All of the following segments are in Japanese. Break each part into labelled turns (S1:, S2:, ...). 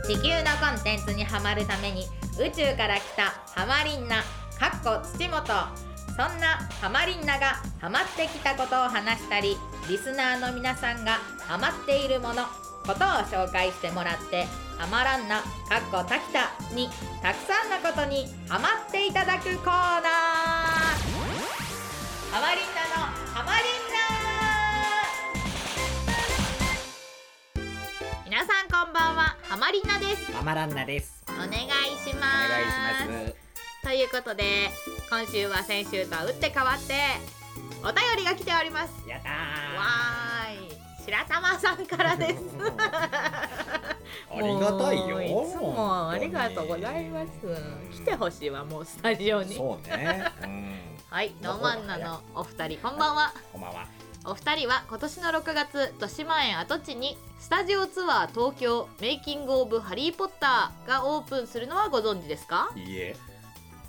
S1: コンテンツにはまるために宇宙から来たハマリンナかっこ土本そんなハマリンナがハマってきたことを話したりリスナーの皆さんがハマっているものことを紹介してもらってハマらんなかっこたきたにたくさんのことにハマっていただくコーナーハマリンナのハマリンナ皆さんこんばんはハマリンナです
S2: ママランナです。
S1: お願いしま
S2: お
S1: す
S2: 願いし
S1: ということで今週は先週とは打って変わってお便りが来ております
S2: ます。やった
S1: わーい白玉さんからです
S2: ー。ありがたいよ。
S1: もういつもありがとうございます
S2: 本
S1: 来てほしいわもうスタジオ
S2: 当に
S1: に
S2: そうね。うん。
S1: はいノーマンナのお二人こんばんは
S2: こんばんは。
S1: お二人は今年の6月豊島園跡地にスタジオツアー東京メイキングオブハリーポッターがオープンするのはご存知ですか
S2: いいえ。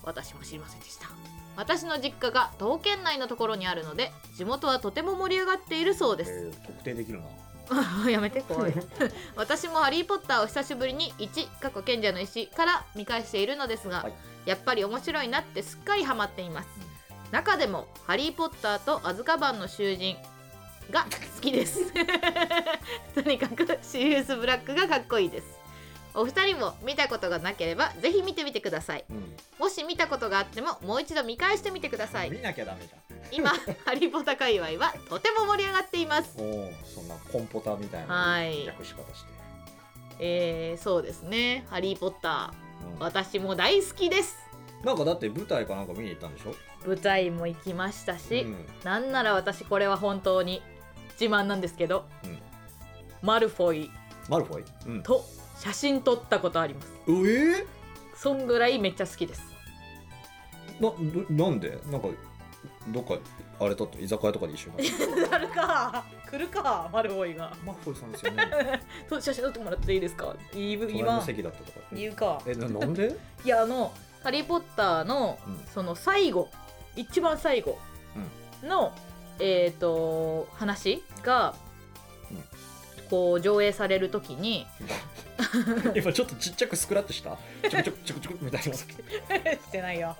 S1: 私も知りませんでした私の実家が東県内のところにあるので地元はとても盛り上がっているそう
S2: え
S1: です、
S2: ー、特定できるな。
S1: やめて怖い私も「ハリー・ポッター」を久しぶりに1過去賢者の石から見返しているのですが、
S2: はい
S1: やっぱり面白いなってすっかりハマっています中でも「ハリー・ポッターとアズカバンの囚人」が好きです とにかくシリウス・ブラックがかっこいいですお二人も見たことがなければぜひ見てみてください
S2: うん。
S1: もし見たことがあってももう一度見返してみてください
S2: 見なきゃダメじ
S1: 今ハリーポタ界隈はとても盛り上がっています
S2: ゃん。おお、そんなコンポタみたいな
S1: はい
S2: 訳し方して。
S1: えー、そうですねハリーポッタ
S2: うん
S1: ー私も大好きです
S2: なんかだって舞台かなんか見に行ったんでしょ。
S1: 舞台も行きましたし、
S2: うん。
S1: なんなら私これは本当に自慢なんですけど、
S2: うん
S1: マルフォイ
S2: マルフォイ。うん。
S1: と写真撮ったことあります
S2: うえ
S1: そんぐらいめっちゃ好きです
S2: ー？な、どなんで？なんかどっかあれだった居酒屋とかで一緒に。
S1: なるか来るかマルフォイが
S2: マルフォイさんですよね。
S1: と写真撮ってもらっていいですか言いぶ
S2: 隣の席だったとか。
S1: 言うか
S2: え、ななんで？
S1: いやあの「ハリー・ポッターの」
S2: うん
S1: その最後一番最後の、えー、と話が、
S2: うん
S1: こう上映される時に
S2: 今ちょっとちっちゃくスクラッチしたちょこちょこちょこちょこみたいな。
S1: してないよ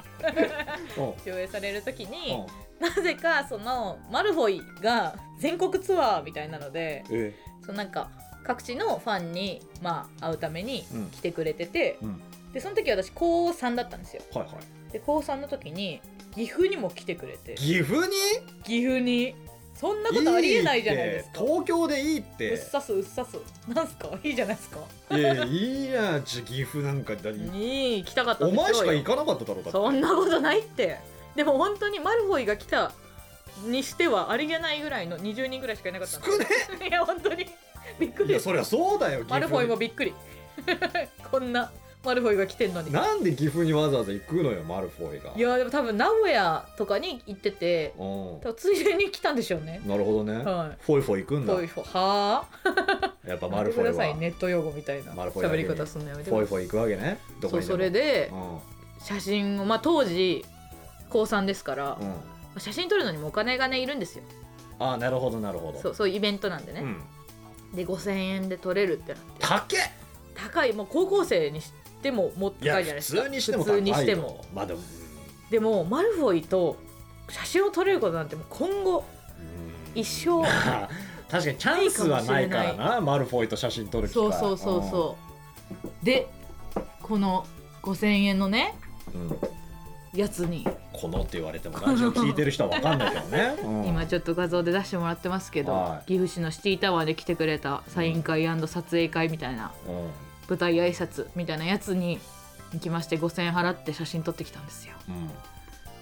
S2: うん
S1: 上映される時
S2: う
S1: に
S2: ん
S1: なぜかそのマルフォイが全国ツアーみたいなので
S2: え
S1: そのなんか各地のファンに、まあ、会うために
S2: うん
S1: 来てくれてて、
S2: うん
S1: でその時私高3だったんですよ
S2: はいは
S1: で高3の時に岐阜にも来てくれて
S2: い。岐阜に？
S1: 岐阜にそんなことありえないじゃないですか
S2: いいって東京でいい
S1: う
S2: っ。
S1: ってさすうっさすなんすかいいじゃないですか
S2: いやいいやんち岐阜なんかだに。
S1: に行きたかったん
S2: お
S1: ですよ
S2: 前しか行かなかっただろうだって。
S1: そんなことないってでも本当にマルフォイが来たにしてはありげないぐらいの20人ぐらいしかいなかったんですよ いや本当にびっく
S2: い
S1: り
S2: やそりゃそうだよ。岐
S1: マル
S2: 阜
S1: フォイもびっくり こんなマルフォイが来てんのに
S2: なんで岐阜にわざわざ行くのよマルフォイが。
S1: いやでも多分名古屋とかに行ってて
S2: うん。
S1: 多分ついでに来たんでしょうね
S2: なるほどね。
S1: はい
S2: フォイフォイ行くんだ
S1: フォイ。フォはあ
S2: やっぱマルフォ
S1: やめてく
S2: イ
S1: ださい
S2: は。
S1: ネット用語みたいな
S2: マルフォイだ
S1: 喋
S2: け
S1: り
S2: に
S1: 方すんのやめてく
S2: フォイ
S1: だ
S2: フ
S1: さ
S2: ォイ行くわけね。ど
S1: い
S2: こ
S1: そうそ
S2: にでも。
S1: れで
S2: うん。
S1: 写真をまあ当時高3ですから
S2: うん。
S1: 写真撮るのにもお金がねいるんですよ
S2: ああなるほどなるほど。
S1: そうそういうイベントなんで
S2: う
S1: ね
S2: ん。
S1: で5000円で撮れるってなって
S2: 高っ。
S1: 高いもう高校生にしてももっと
S2: い
S1: 高
S2: や
S1: いじゃないで
S2: 普
S1: すか
S2: 通にしても
S1: 普
S2: 高
S1: 通
S2: い
S1: に
S2: よ
S1: しても
S2: まあでも
S1: でもマルフォイと写真を撮れることなんてもう今後
S2: うん
S1: 一生
S2: 確かにチャンスはないからなマルフォイと写真撮る機会
S1: そうそうそうそうでこの5000円のね
S2: うん、うん
S1: やつに
S2: このって言われてもラジオ聞いてる人は分かんないけどね、う ん
S1: 今ちょっと画像で出してもらってますけど、
S2: はい
S1: 岐阜市のシティタワーで来てくれたサイン会撮影会みたいな
S2: うん
S1: 舞台挨拶みたいなやつに行きまして5,000円払って写真撮ってきたんですよ
S2: うん、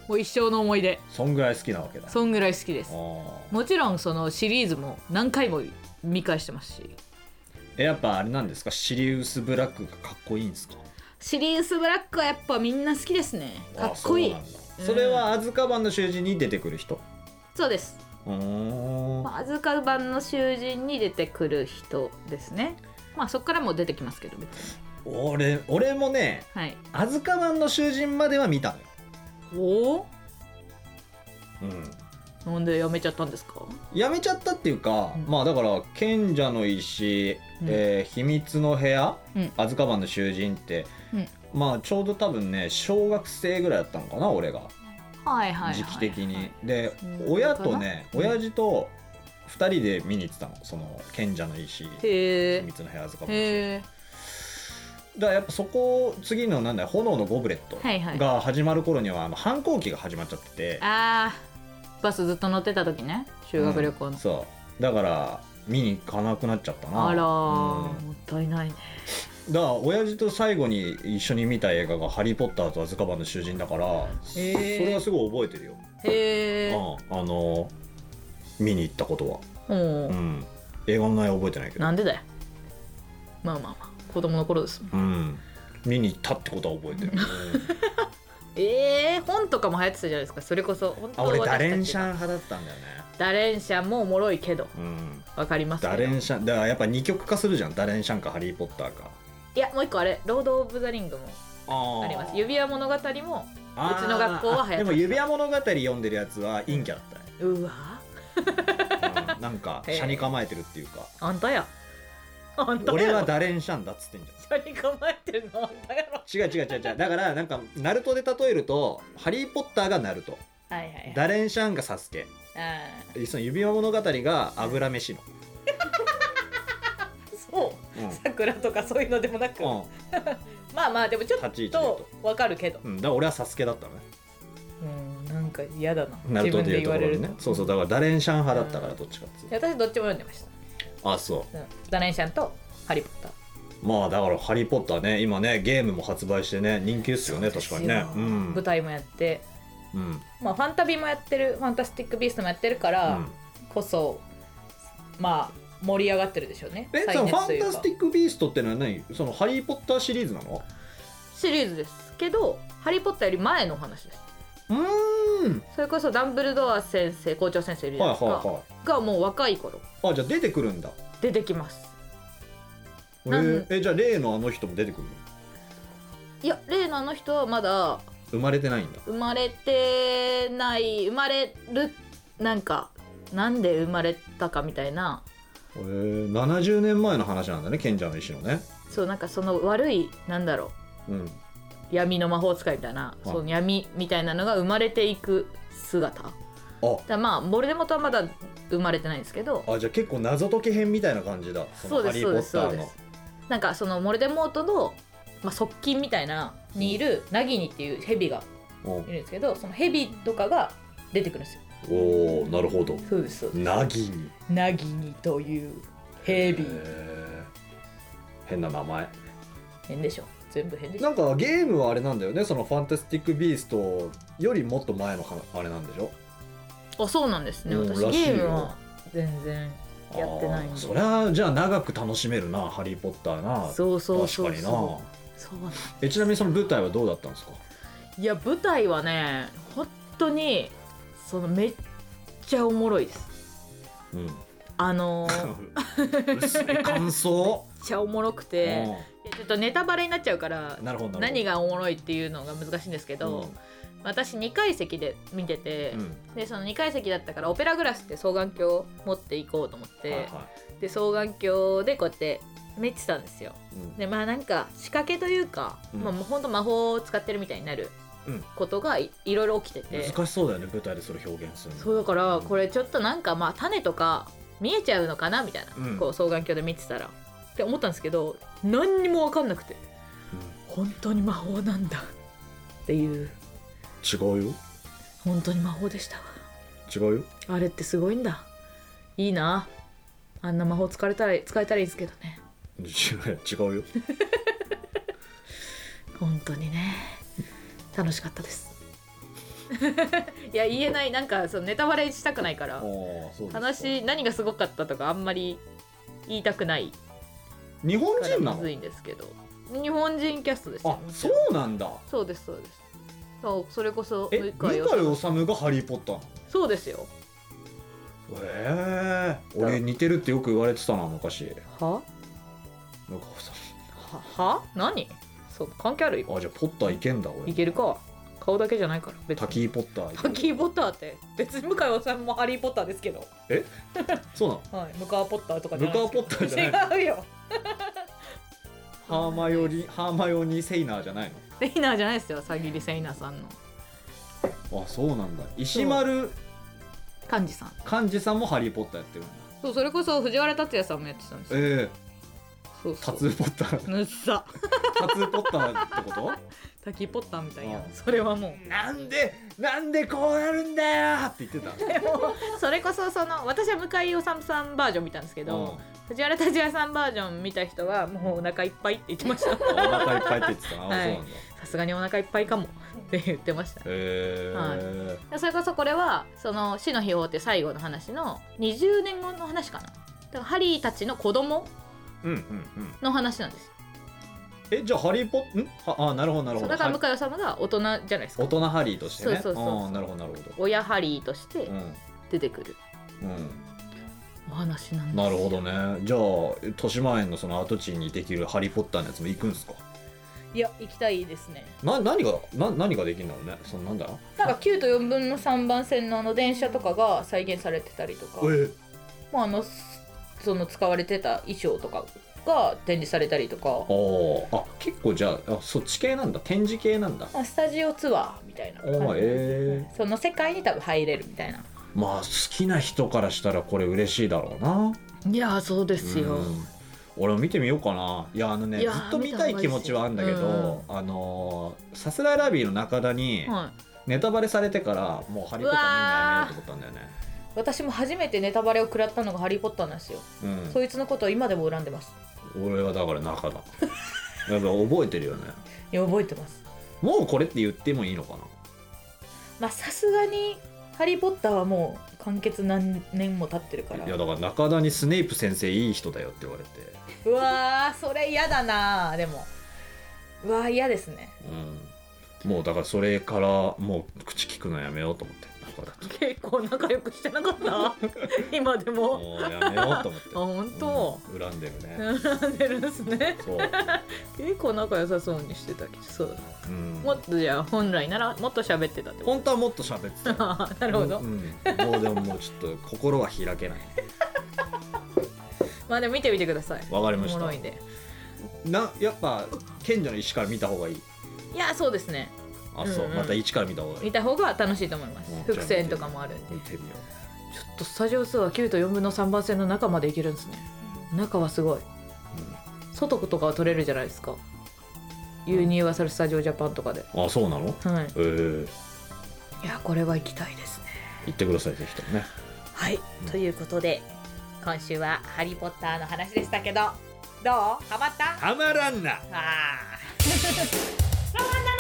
S1: もう一生の思い出
S2: そんぐらい好きなわけだ
S1: そんぐらい好きです
S2: う
S1: もちろんそのシリーズも何回も見返してますし
S2: えやっぱあれなんですかシリウス・ブラックがかっこいいんですか
S1: シリウス・ブラックはやっぱみんな好きですねかっこいい
S2: あ
S1: そ
S2: そううなんだ
S1: うん
S2: それはアズカバンの囚人に出てくる人
S1: です、
S2: うーん
S1: まあ、アズカバンの囚人に出てくる人ですねまあそこからも出てきますけど別に
S2: 俺俺もね
S1: はい
S2: アズカバンの囚人までは見たのよ
S1: おお
S2: うん
S1: なんで辞めちゃったんですか
S2: やめちゃったっていうか、
S1: うん
S2: まあだから「賢者の石」
S1: うん
S2: えー秘密の部屋」
S1: うん
S2: アズカバンの囚人」って、
S1: うん
S2: まあちょうど多分ね小学生ぐらいだったのかな俺が
S1: はいはいはい、
S2: 時期的に、
S1: はい
S2: で
S1: うん
S2: 親とね
S1: うん
S2: 親父と2人で見に行ってたのその「賢者の石」「秘
S1: へえ
S2: 密の部屋」アズカバンの囚人
S1: へえ
S2: だからやっぱそこ次のなんだよ炎のゴブレット
S1: はいはい
S2: が始まる頃にはあの反抗期が始まっちゃってて、
S1: あーバスずっと乗ってた時ね修学旅行の、
S2: そうだから見に行かなくなっちゃったな
S1: あらー、
S2: うん
S1: もったいないね
S2: だから親父と最後に一緒に見た映画が「ハリー・ポッターとアズカバンの囚人」だから、
S1: へー
S2: それはすごい覚えてるよ、
S1: へえ
S2: うんあの見に行ったことは、
S1: お
S2: う
S1: ー
S2: ん、映画の内容覚えてないけど
S1: なんでだよまあまあまあ子供の頃ですもん
S2: うん見に行ったってことは覚えてる、うん
S1: ええ本とかも流行ってたじゃないですかそれこそ本当
S2: あ俺ダレン
S1: 私たち
S2: シャン派だったんだよね、
S1: ダレンシャンもおもろいけど
S2: うん、
S1: わかりますけど
S2: ダレンシャンだからやっぱ二極化するじゃんダレンシャンかハリー・ポッターか
S1: いやもう一個あれロード・オブ・ザ・リングも
S2: あ
S1: あります指輪物語も
S2: あー
S1: うちの学校は流行ってた
S2: でも指輪物語読んでるやつは陰キャだったね
S1: うわ
S2: うんなんか
S1: へー
S2: 車に構えてるっていうか
S1: あんたやあんたや
S2: 俺はダレンシャンだっつってんじ
S1: 車に構えてるのあんたやろ
S2: ゃん違う違う違う違うだからなんかナルトで例えるとハリー・ポッターがナルト
S1: はいはいはい
S2: ダレンシャンがサスケ
S1: あ
S2: その指輪物語が油飯の、
S1: ーそう
S2: うん
S1: 桜とかそういうのでもなく
S2: うん
S1: まあまあでもちょっ
S2: 立ち位置で言う
S1: とわかるけど
S2: と、うん、だから俺はサスケだったのね
S1: うんなんか嫌だな
S2: ナル
S1: 自
S2: ト
S1: 分
S2: でい
S1: で
S2: う
S1: 言
S2: と
S1: わ
S2: こ
S1: れ
S2: ろ
S1: る
S2: で
S1: と
S2: ねそうそうだからダレンシャン派だったからどっちかっつうと
S1: 私どっちも読んでました
S2: あそ
S1: うんダレンシャンとハリー・ポッター
S2: うまあだから「ハリー・ポッターね」今ねゲームも発売してね人気ですよね確かにね
S1: そううですよ
S2: ん
S1: 舞台もやって、
S2: うん
S1: まあ、ファンタビもやってるファンタスティック・ビーストもやってるか
S2: う
S1: ら
S2: ん
S1: こそ、まあ盛り上がってるでしょうね
S2: えそのファンタスティック・ビーストってのは何その「ハリー・ポッター」シリーズなの
S1: シリーズですけど「ハリー・ポッター」より前の話です
S2: うーん
S1: それこそダンブルドア先生校長先生いるじゃ
S2: はい
S1: ない
S2: は
S1: ですか、
S2: いはい
S1: がもう若い頃
S2: あじゃあ出てくるんだ
S1: 出てきます
S2: え
S1: なん
S2: えじゃあ例のあの人も出てくるの
S1: いや例のあの人はまだ
S2: 生まれてないんだ
S1: 生まれてない生まれるなんかなんで生まれたかみたいな
S2: えー、70年前の話なんだね賢者の石のね
S1: そうなんかその悪いなんだろう
S2: うん
S1: 闇の魔法使いみたいな、
S2: うん
S1: その闇みたいなのが生まれていく姿だか
S2: あ
S1: らまあボルデモトはまだ生まれてないんですけど
S2: あじゃあ結構謎解き編みたいな感じだそ
S1: そ
S2: の
S1: う
S2: ハ
S1: です
S2: リー・
S1: そう
S2: ポ
S1: です
S2: ッ
S1: そう
S2: ター
S1: で
S2: の
S1: すなんかそのモルデモートの、まあ、側近みたいなにいるナギーニっていうヘビがいるんですけどそのヘビとかが出てくるんですよ
S2: おおーなるほど
S1: そうですそうで
S2: ナギに
S1: すナギーニというヘビ
S2: えー変な名前
S1: 変でしょ全部変でしょ
S2: なんかゲームはあれなんだよねその「ファンタスティック・ビースト」よりもっと前の話あれなんでしょ
S1: あそうなんですね
S2: うん
S1: 私
S2: らしい
S1: ゲ
S2: よ
S1: ームは全然やってないん
S2: あー
S1: で
S2: そりゃじゃあ長く楽しめるな「ハリー・ポッターな」
S1: そうそうそう
S2: 確かに
S1: そ
S2: な
S1: うそうなんです
S2: えちなみにその舞台はどうだったんですか
S1: いや舞台はね本当にそのめっちゃおもろいです
S2: うん
S1: あ のーめ っ
S2: 薄い感想
S1: ちゃおもろくていやちょっとネタバレになっちゃうから
S2: うんなるほどなるほど
S1: 何がおもろいっていうのが難しいんですけど、私2階席で見てて
S2: う、ん
S1: でその2階席だったからオペラグラスって双眼鏡を持っていこうと思って、
S2: はいは
S1: で双眼鏡でこうやって見てたんですよ
S2: いうん
S1: でまあなんか仕掛けというか、
S2: うん
S1: まあ、もうほんと魔法を使ってるみたいになる
S2: うん
S1: ことがいいろいろ起きてて、
S2: 難しそうだよね舞台でそれ表現するの
S1: そうだからこれちょっとなんかまあ種とか見えちゃうのかなみたいな、
S2: うん
S1: こう双眼鏡で見てたらって思ったんですけど何にも分かんなくて本当に魔法なんだっていう
S2: うん違うよ
S1: 本当に魔法でしたわ
S2: 違うよ
S1: あれってすごいんだいいなあんな魔法使われたら使えたらいいんですけどね
S2: 違 う違うよ
S1: 本当にね楽しかったです いや言えないなんかそのネタバレしたくないか
S2: ああ
S1: ら
S2: そうですか
S1: 話何がすごかったとかあんまり言いたくない
S2: 日本
S1: から
S2: 人な
S1: むず
S2: の
S1: いんですけど日本人キャストですよ
S2: あそうなんだ
S1: そうですそうですそうそれこそ
S2: え
S1: 向井
S2: 向井
S1: 理
S2: 治が「ハリー・ポッター
S1: そうですよ」
S2: へえ俺似てるってよく言われてたな昔
S1: は
S2: 向井さ
S1: はは何そう関係ある
S2: んあじゃあポッターいけんだ
S1: い
S2: 俺
S1: けるか顔だけじゃないから別
S2: タ
S1: に
S2: キーポッターいる
S1: タキー・ポッターって別に向井さんもハリー・ポッターですけど、
S2: そうなの
S1: はい、向川ポッターとかじ
S2: ル
S1: ゃ
S2: カ
S1: ない
S2: ーポッターじゃないの
S1: 違うよ
S2: ハーマヨリハーマヨニー・セイナーじゃない
S1: セイナーじゃないですよさぎりセイナーさんの
S2: のあそうなんだ石丸
S1: 幹事さん
S2: 幹事さんもハリー・ポッターやってるんだ
S1: そうそれこそ藤原竜也さんもやってたんですよ
S2: え
S1: そう
S2: えタ
S1: そ
S2: ツ
S1: う
S2: ーポッター
S1: ぬっさ
S2: タツーポッターってこと
S1: タキー・ポッターみたいな
S2: うん
S1: それはもう
S2: なんでなんでこうなるんだよって言ってた
S1: それこそその私は向井理さんバージョン見たんですけど、藤原竜也さんバージョン見た人はもうお腹いっぱいって言ってま した
S2: うんお腹いっぱいって言ってたな、あ
S1: はい
S2: そうなんだ
S1: さすがにお腹いっぱいかもって言ってました
S2: へえ、
S1: でそれこそこれはその死の秘宝って最後の話の20年後の話かなだからハリーたちの子供
S2: うんうんうん
S1: の話なんです
S2: えじゃあハリーポッんはあなるほどなる
S1: そ
S2: ほ
S1: う
S2: ど
S1: だから
S2: は
S1: 向井様が大人じゃないです
S2: 大
S1: か
S2: 人ハリーとしてね
S1: そうそうそうそう
S2: あーなるほどなるほ
S1: 親ハリーとして
S2: どうん
S1: 出てくる
S2: う
S1: お話なんです
S2: ん、なるほどねじゃあ豊島園のその跡地にできる「ハリー・ポッター」のやつも行くんですか
S1: いや行きたいですね
S2: な何がな何ができるんだろうねそのなんだろ
S1: なんか9と4分の3番線のあの電車とかが再現されてたりとか
S2: うえ
S1: まあ、あのすその使われてた衣装とかが展示されたりとか、
S2: あーあ結構じゃああそっち系なんだ展示系なんだ
S1: まあ、スタジオツアーみたいな感じ
S2: おーえ
S1: その世界に多分入れるみたいな
S2: ー、まあ好きな人からしたらこれ嬉しいだろうない
S1: やーそうですよ、
S2: うん俺も見てみようかないやあのね
S1: い
S2: ず
S1: や
S2: っ
S1: ー
S2: と見たい気持ちはあるんだけ
S1: 見た方がいい
S2: ど、あのーさすらいラビーの中田に
S1: は
S2: ネタバレされてからもう「ハリー・ポッター」見んなやめようと思ったんだよね
S1: い、私も初めてネタバレを食らったのが「ハリー・ポッター」なんですよ、
S2: うん
S1: そいつのことを今でも恨んでます
S2: 俺はだから中だやっぱ覚えてるよね
S1: いや覚えてます
S2: もうこれって言ってもいいのかな
S1: まあさすがに「ハリー・ポッター」はもう完結何年も経ってるから
S2: いやだから中田にスネイプ先生いい人だよって言われて、
S1: うわーそれ嫌だなーでもうわー嫌ですね
S2: うん、もうだからそれからもう口聞くのやめようと思って中田と
S1: 結構仲良くしてなかった 今でも
S2: もうやめようと思っ
S1: あ
S2: て
S1: 本当、
S2: うん恨んでるね
S1: 並んでるんですね
S2: そう、
S1: 結構仲良さそうにしてたけどそうだな
S2: うん、
S1: もっとじゃあ本来ならもっと喋ってたってこ
S2: 本当はもっと喋ってた
S1: と
S2: よ
S1: なるほど、
S2: うんうんもうでももうちょっと心は開けない
S1: まあでも見てみてください
S2: わかり
S1: お
S2: まし
S1: も
S2: た
S1: ろいんで
S2: なやっぱ賢者の石から見た方がいい
S1: いやそうですね
S2: あそう、
S1: うんうん
S2: また一から見た方がいい
S1: 見た方が楽しいと思います
S2: うん
S1: 伏線とかもあるんで
S2: 見てみよう
S1: ちょっとスタジオツアー9と4分の3番線の中まで行けるんですね中はすごい外とかは取れるじゃないですかユニバーサル・スタジオ・ジャパンとかで、
S2: うんあそうなの
S1: はい
S2: えー、
S1: いやこれは行きたいですね
S2: 言ってくださいぜひともね
S1: はい、ということで今週は「ハリー・ポッター」の話でしたけどどうハマった
S2: たまらんな
S1: あー そうなんだ